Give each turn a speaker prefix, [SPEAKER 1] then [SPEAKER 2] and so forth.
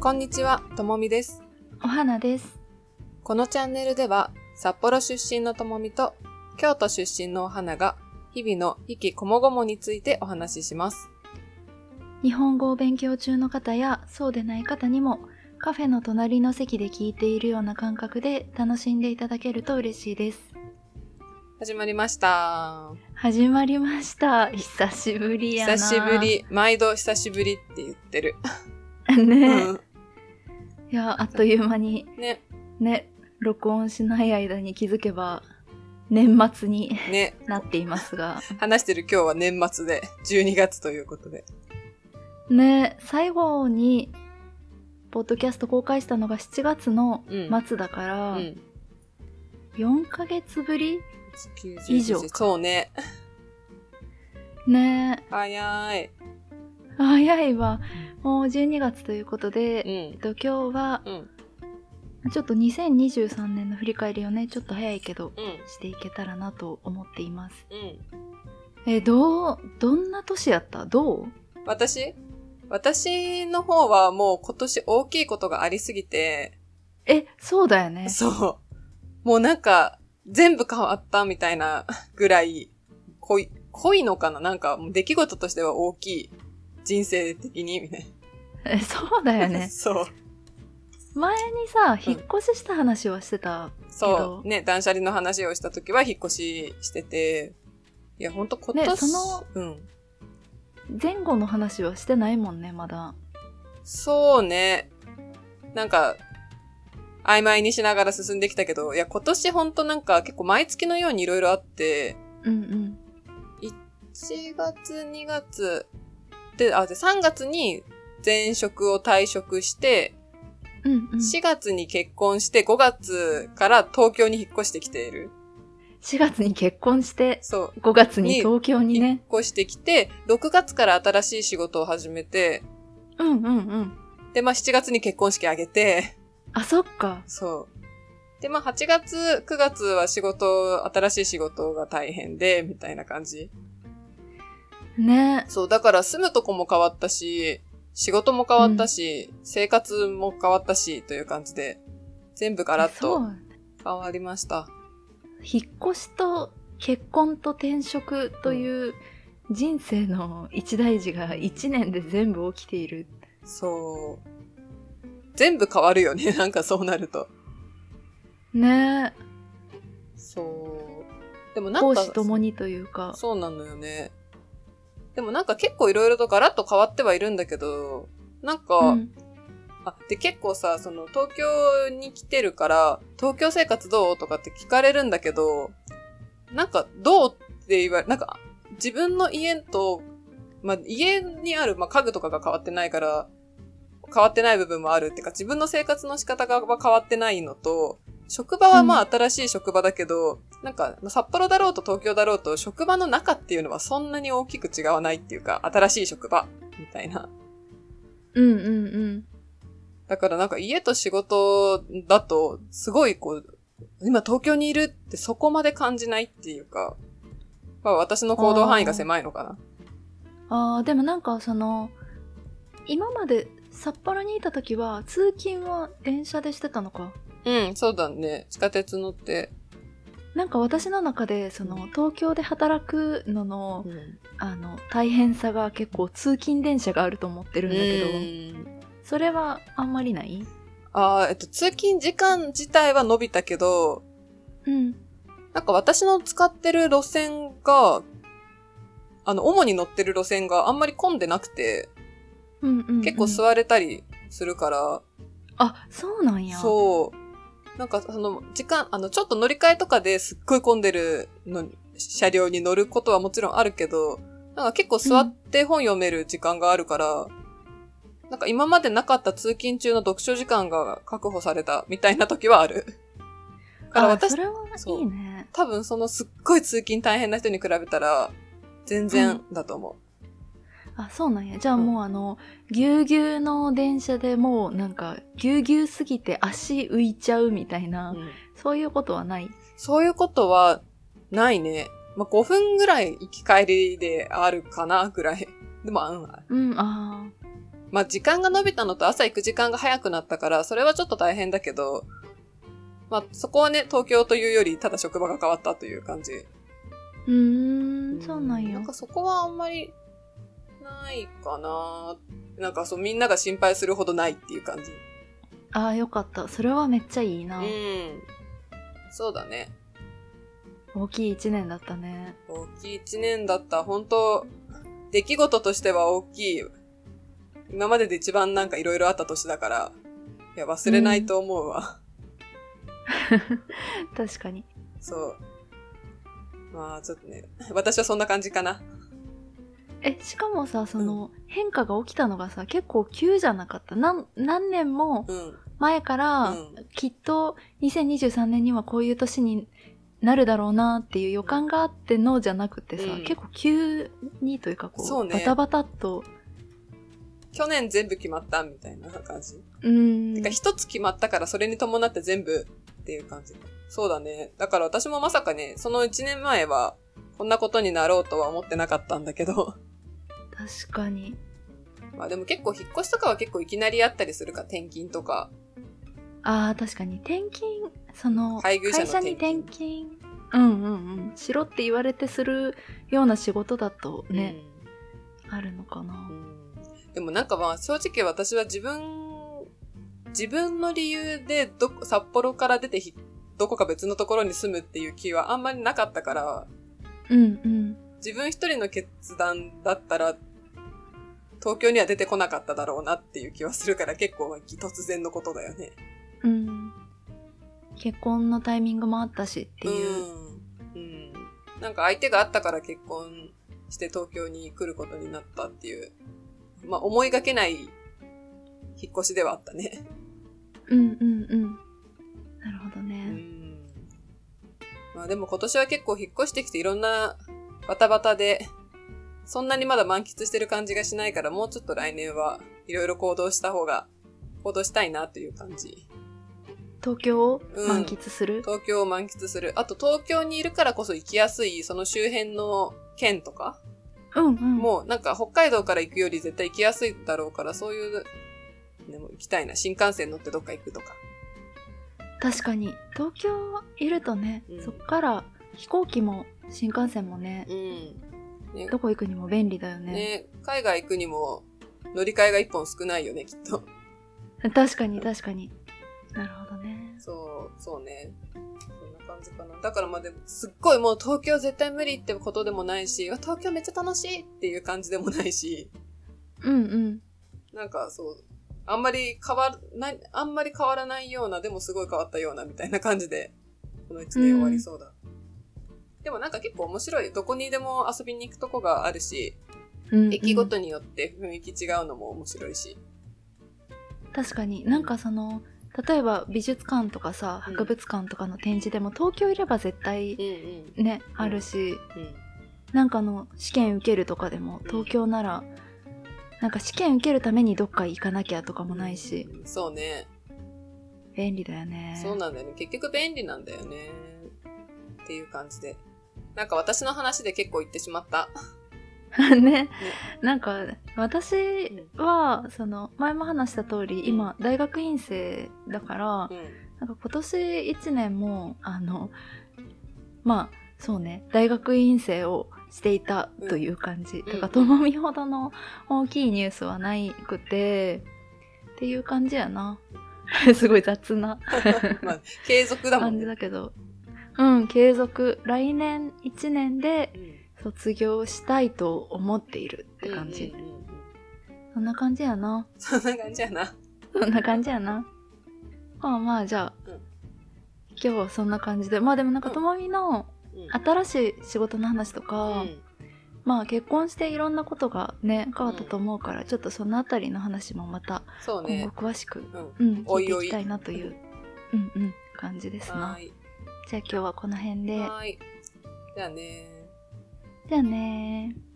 [SPEAKER 1] こんにちは、ともみです。
[SPEAKER 2] お花です。
[SPEAKER 1] このチャンネルでは、札幌出身のともみと、京都出身のお花が、日々の引きこもごもについてお話しします。
[SPEAKER 2] 日本語を勉強中の方やそうでない方にもカフェの隣の席で聞いているような感覚で楽しんでいただけると嬉しいです。
[SPEAKER 1] 始まりました。
[SPEAKER 2] 始まりました。久しぶりやな。
[SPEAKER 1] 久しぶ。り、毎度久しぶりって言ってる。
[SPEAKER 2] ね、
[SPEAKER 1] う
[SPEAKER 2] いや、あっという間に
[SPEAKER 1] んね、
[SPEAKER 2] ね、録音しない間に気づけば年末に
[SPEAKER 1] ね、
[SPEAKER 2] なっていますが。
[SPEAKER 1] 話してる今日は年末で、12月ということで。
[SPEAKER 2] ね、最後にポッドキャスト公開したのが7月の末だか
[SPEAKER 1] う
[SPEAKER 2] ら、
[SPEAKER 1] ん。
[SPEAKER 2] 4ヶ月ぶり
[SPEAKER 1] 90
[SPEAKER 2] 以上か
[SPEAKER 1] そうね。
[SPEAKER 2] ね
[SPEAKER 1] 早い。
[SPEAKER 2] 早いわ。もう12月ということで、
[SPEAKER 1] う
[SPEAKER 2] え
[SPEAKER 1] ん
[SPEAKER 2] っ。と、今日は
[SPEAKER 1] うん。
[SPEAKER 2] ちょっと2023年の振り返りをねちょっと早いけど
[SPEAKER 1] うん。
[SPEAKER 2] していけたらなと思っています。
[SPEAKER 1] うん。
[SPEAKER 2] えどうどんな年やったどう
[SPEAKER 1] 私私の方はもう今年大きいことがありすぎて、
[SPEAKER 2] えそうだよね。
[SPEAKER 1] そう。もうなんか、全部変わったみたいな ぐらい、濃い、濃いのかななんか、もう出来事としては大きい。人生的に、みたい
[SPEAKER 2] えそうだよ
[SPEAKER 1] な。。
[SPEAKER 2] ね
[SPEAKER 1] そう。
[SPEAKER 2] 前にさ引っ越しした話はしてた。け
[SPEAKER 1] そ
[SPEAKER 2] ど
[SPEAKER 1] う。ね、断捨離の話をした時は引っ越ししてて、いや、ほんと今年、
[SPEAKER 2] ねその、
[SPEAKER 1] うん。
[SPEAKER 2] 前後の話はしてないもんねまだ。
[SPEAKER 1] そうね。なんか、曖昧にしながら進んできたけど、いや、今年ほんとなんか結構毎月のようにいろいろあって、
[SPEAKER 2] うんうん。
[SPEAKER 1] 1月、2月、で、あ、で、3月に前職を退職して、
[SPEAKER 2] うんうん、
[SPEAKER 1] 4月に結婚して、5月から東京に引っ越してきている。
[SPEAKER 2] 4月に結婚して
[SPEAKER 1] そう。
[SPEAKER 2] 5月に東京に
[SPEAKER 1] 引っ
[SPEAKER 2] ね。
[SPEAKER 1] 越してきて、6月から新しい仕事を始めて、
[SPEAKER 2] うんうんうん。
[SPEAKER 1] で、まあ7月に結婚式あげて、
[SPEAKER 2] あそっか。
[SPEAKER 1] そう。で、まあ8月、9月は仕事、新しい仕事が大変で、みたいな感じ。
[SPEAKER 2] ね
[SPEAKER 1] そう、だから住むとこも変わったし、仕事も変わったし、生活も変わったし、という感じで、全部ガラッ
[SPEAKER 2] そ
[SPEAKER 1] と
[SPEAKER 2] う
[SPEAKER 1] 変わりました。
[SPEAKER 2] 引っ越しと結婚と転職という人生の一大事が1年で全部起きている
[SPEAKER 1] そう。全部変わるよね、 なんかそうなると。
[SPEAKER 2] ねえ
[SPEAKER 1] そう。でもなん
[SPEAKER 2] 公
[SPEAKER 1] か、
[SPEAKER 2] 私ともにというか
[SPEAKER 1] そうなのよね。でもなんか結構いろいろとガラッと変わってはいるんだけど、なんか、
[SPEAKER 2] うん
[SPEAKER 1] あ、で、結構さ、その、東京に来てるから、東京生活どうとかって聞かれるんだけど、なんか、どうって言われ、なんか、自分の家と、まあ、家にある、まあ、家具とかが変わってないから、変わってない部分もあるっていうか、自分の生活の仕方が変わってないのと、職場はまあ新しい職場だけど、なんか、まあ札幌だろうと東京だろうと、職場の中っていうのはそんなに大きく違わないっていうか、新しい職場、みたいな。
[SPEAKER 2] うんうんうん
[SPEAKER 1] だからなんか家と仕事だと、すごいこう、今東京にいるってそこまで感じないっていうか、まあ私の行動範囲が狭いのかな。
[SPEAKER 2] あーでもなんかその今まで札幌にいた時は通勤は電車でしてたのか
[SPEAKER 1] うん、そうだね。地下鉄乗って。
[SPEAKER 2] なんか私の中でその東京で働くのの
[SPEAKER 1] うん。
[SPEAKER 2] あの大変さが結構通勤電車があると思ってるんだけどそれはあんまりない
[SPEAKER 1] ああ、えっと、通勤時間自体は伸びたけど、
[SPEAKER 2] うん
[SPEAKER 1] なんか私の使ってる路線が、あの、主に乗ってる路線があんまり混んでなくて、
[SPEAKER 2] うんうんうん
[SPEAKER 1] 結構座れたりするから、
[SPEAKER 2] あそうなんや
[SPEAKER 1] そう。なんか、その、時間、あの、ちょっと乗り換えとかですっごい混んでるのに、車両に乗ることはもちろんあるけど、なんか結構座って本読める時間があるから、なんか今までなかった通勤中の読書時間が確保されたみたいな時はあ る。だから
[SPEAKER 2] あ
[SPEAKER 1] 私
[SPEAKER 2] そ、れは
[SPEAKER 1] そう
[SPEAKER 2] いいね
[SPEAKER 1] 多分そのすっごい通勤大変な人に比べたら、全然だと思
[SPEAKER 2] あそうなんやじゃあ
[SPEAKER 1] うん。
[SPEAKER 2] もうあのぎゅうぎゅうの電車でもうなんかぎゅうぎゅうすぎて足浮いちゃうみたいうな、
[SPEAKER 1] うん
[SPEAKER 2] そういうことはない
[SPEAKER 1] そういうことはないね。まあ、5分ぐらい行き帰りであるかなぐらい。でも、うん、
[SPEAKER 2] うんあー
[SPEAKER 1] まあ時間が伸びたのと朝行く時間が早くなったから、それはちょっと大変だけど、まあそこはね、東京というより、ただ職場が変わったという感じ。
[SPEAKER 2] うーん、そうなん
[SPEAKER 1] な
[SPEAKER 2] よ
[SPEAKER 1] んか。そこはあんまり、ないかななんかそう、みんなが心配するほどないっていう感じ。
[SPEAKER 2] ああ、よかった。それはめっちゃいいな。
[SPEAKER 1] うん。そうだね。
[SPEAKER 2] 大きい一年だったね。
[SPEAKER 1] 大きい一年だった。本当出来事としては大きい。今までで一番なんかいろいろあった年だから、いや、忘れないと思うわ。
[SPEAKER 2] 確かに。
[SPEAKER 1] そう。まあ、ちょっとね、私はそんな感じかな。
[SPEAKER 2] え、しかもさ、その、変化が起きたのがさ、結構急じゃなかった。なん何年も
[SPEAKER 1] うん。
[SPEAKER 2] 前から、
[SPEAKER 1] うん
[SPEAKER 2] きっと2023年にはこういう年になるだろうなっていう予感があってのじゃなくてさ、
[SPEAKER 1] うん
[SPEAKER 2] 結構急にというかこう
[SPEAKER 1] そうね
[SPEAKER 2] バタバタっと、
[SPEAKER 1] 去年全部決まったみたいな感じ。
[SPEAKER 2] うー
[SPEAKER 1] て
[SPEAKER 2] ん
[SPEAKER 1] か、。一つ決まったからそれに伴って全部っていう感じ。そうだね。だから私もまさかね、その一年前は、こんなことになろうとは思ってなかったんだけど。
[SPEAKER 2] 確かに。
[SPEAKER 1] まあでも結構引っ越しとかは結構いきなりあったりするか、転勤とか。
[SPEAKER 2] ああ、確かに。転勤、その、
[SPEAKER 1] 配偶者の
[SPEAKER 2] 会社に転勤、うんうんうん、しろって言われてするような仕事だとね、あるのかな
[SPEAKER 1] う。ん。でもなんかまあ正直私は自分、自分の理由でどこ、札幌から出てひどこか別のところに住むっていう気はあんまりなかったから、
[SPEAKER 2] うんうん。
[SPEAKER 1] 自分一人の決断だったら、東京には出てこなかっただろうなっていう気はするから結構突然のことだよね。
[SPEAKER 2] うん。結婚のタイミングもあったしっていう。
[SPEAKER 1] うん。うん。なんか相手があったから結婚して東京に来ることになったっていう、まあ思いがけない引っ越しではあったね。
[SPEAKER 2] うんうんうん。なるほど
[SPEAKER 1] う
[SPEAKER 2] ね。
[SPEAKER 1] ん。まあでも今年は結構引っ越してきていろんなバタバタで、そんなにまだ満喫してる感じがしないから、もうちょっと来年はいろいろ行動した方が、行動したいなという感じ。
[SPEAKER 2] 東京を
[SPEAKER 1] うん
[SPEAKER 2] 満喫する、
[SPEAKER 1] 東京を満喫する。あと東京にいるからこそ行きやすい、その周辺の県とか
[SPEAKER 2] うん、うんうん
[SPEAKER 1] もうなんか北海道から行くより絶対行きやすいだろうから、そういう、でも行きたいな。新幹線乗ってどっか行くとか。
[SPEAKER 2] 確かに。東京いるとね、
[SPEAKER 1] うん
[SPEAKER 2] そっから飛行機も新幹線もね、
[SPEAKER 1] うん。ね
[SPEAKER 2] どこ行くにも便利だよね。
[SPEAKER 1] ね、海外行くにも乗り換えが一本少ないよね、きっと。
[SPEAKER 2] 確かに確かに。なるほどね。
[SPEAKER 1] そう、そうね。そんな感じかな。だからまあでも、すっごいもう東京絶対無理ってことでもないし、うわ東京めっちゃ楽しいっていう感じでもないし、
[SPEAKER 2] うんうん。
[SPEAKER 1] なんかそう、あんまり変わらない、あんまり変わらないような、でもすごい変わったようなみたいな感じで、この一年終わりそうだ。でもなんか結構面白い。どこにでも遊びに行くとこがあるし、
[SPEAKER 2] うんうん
[SPEAKER 1] 駅ごとによって雰囲気違うのも面白いし。
[SPEAKER 2] 確かになんかその例えば美術館とかさ
[SPEAKER 1] うん
[SPEAKER 2] 博物館とかの展示でも東京いれば絶対
[SPEAKER 1] んうん。
[SPEAKER 2] ね、あるし
[SPEAKER 1] うん。
[SPEAKER 2] なんかの試験受けるとかでも
[SPEAKER 1] うん
[SPEAKER 2] 東京ならなんか試験受けるためにどっか行かなきゃとかもないし
[SPEAKER 1] うん。そうね。
[SPEAKER 2] 便利だよね
[SPEAKER 1] そうなんだよね。結局便利なんだよね。っていう感じで。なんか私の話で結構言ってしまった。
[SPEAKER 2] ねなんか私はその前も話した通り今大学院生だから
[SPEAKER 1] うん。
[SPEAKER 2] なんか今年1年もあのまあそうね大学院生をしていたという感じ、
[SPEAKER 1] ん
[SPEAKER 2] だから
[SPEAKER 1] う
[SPEAKER 2] と
[SPEAKER 1] ん
[SPEAKER 2] もみほどの大きいニュースはないくてっていう感じやな すごい雑な
[SPEAKER 1] まあ、継続だも
[SPEAKER 2] 感
[SPEAKER 1] ん
[SPEAKER 2] じ
[SPEAKER 1] ね。
[SPEAKER 2] だけどうん継続来年1年で
[SPEAKER 1] うん
[SPEAKER 2] 卒業したいと思っているって感じ、
[SPEAKER 1] うんうんうんうん
[SPEAKER 2] そんな感じやな
[SPEAKER 1] そんな感じやな。
[SPEAKER 2] そんな感じやな。まあまあ、じゃあ、
[SPEAKER 1] うん
[SPEAKER 2] 今日はそんな感じで。まあでもなんか、
[SPEAKER 1] うん
[SPEAKER 2] ともみの
[SPEAKER 1] うん
[SPEAKER 2] 新しい仕事の話とか、
[SPEAKER 1] うん
[SPEAKER 2] まあ結婚していろんなことがね、変わったと思うから、ちょっとそのあたりの話もまた、
[SPEAKER 1] そう
[SPEAKER 2] 今
[SPEAKER 1] ね。
[SPEAKER 2] 後詳しく、
[SPEAKER 1] うん。
[SPEAKER 2] うん、
[SPEAKER 1] お
[SPEAKER 2] 聞い
[SPEAKER 1] いお
[SPEAKER 2] て
[SPEAKER 1] い
[SPEAKER 2] いきたいなという、うんうん、感じです
[SPEAKER 1] は
[SPEAKER 2] な。
[SPEAKER 1] ーい。
[SPEAKER 2] じゃあ今日はこの辺で。
[SPEAKER 1] はーい。じゃあね
[SPEAKER 2] じゃあねー。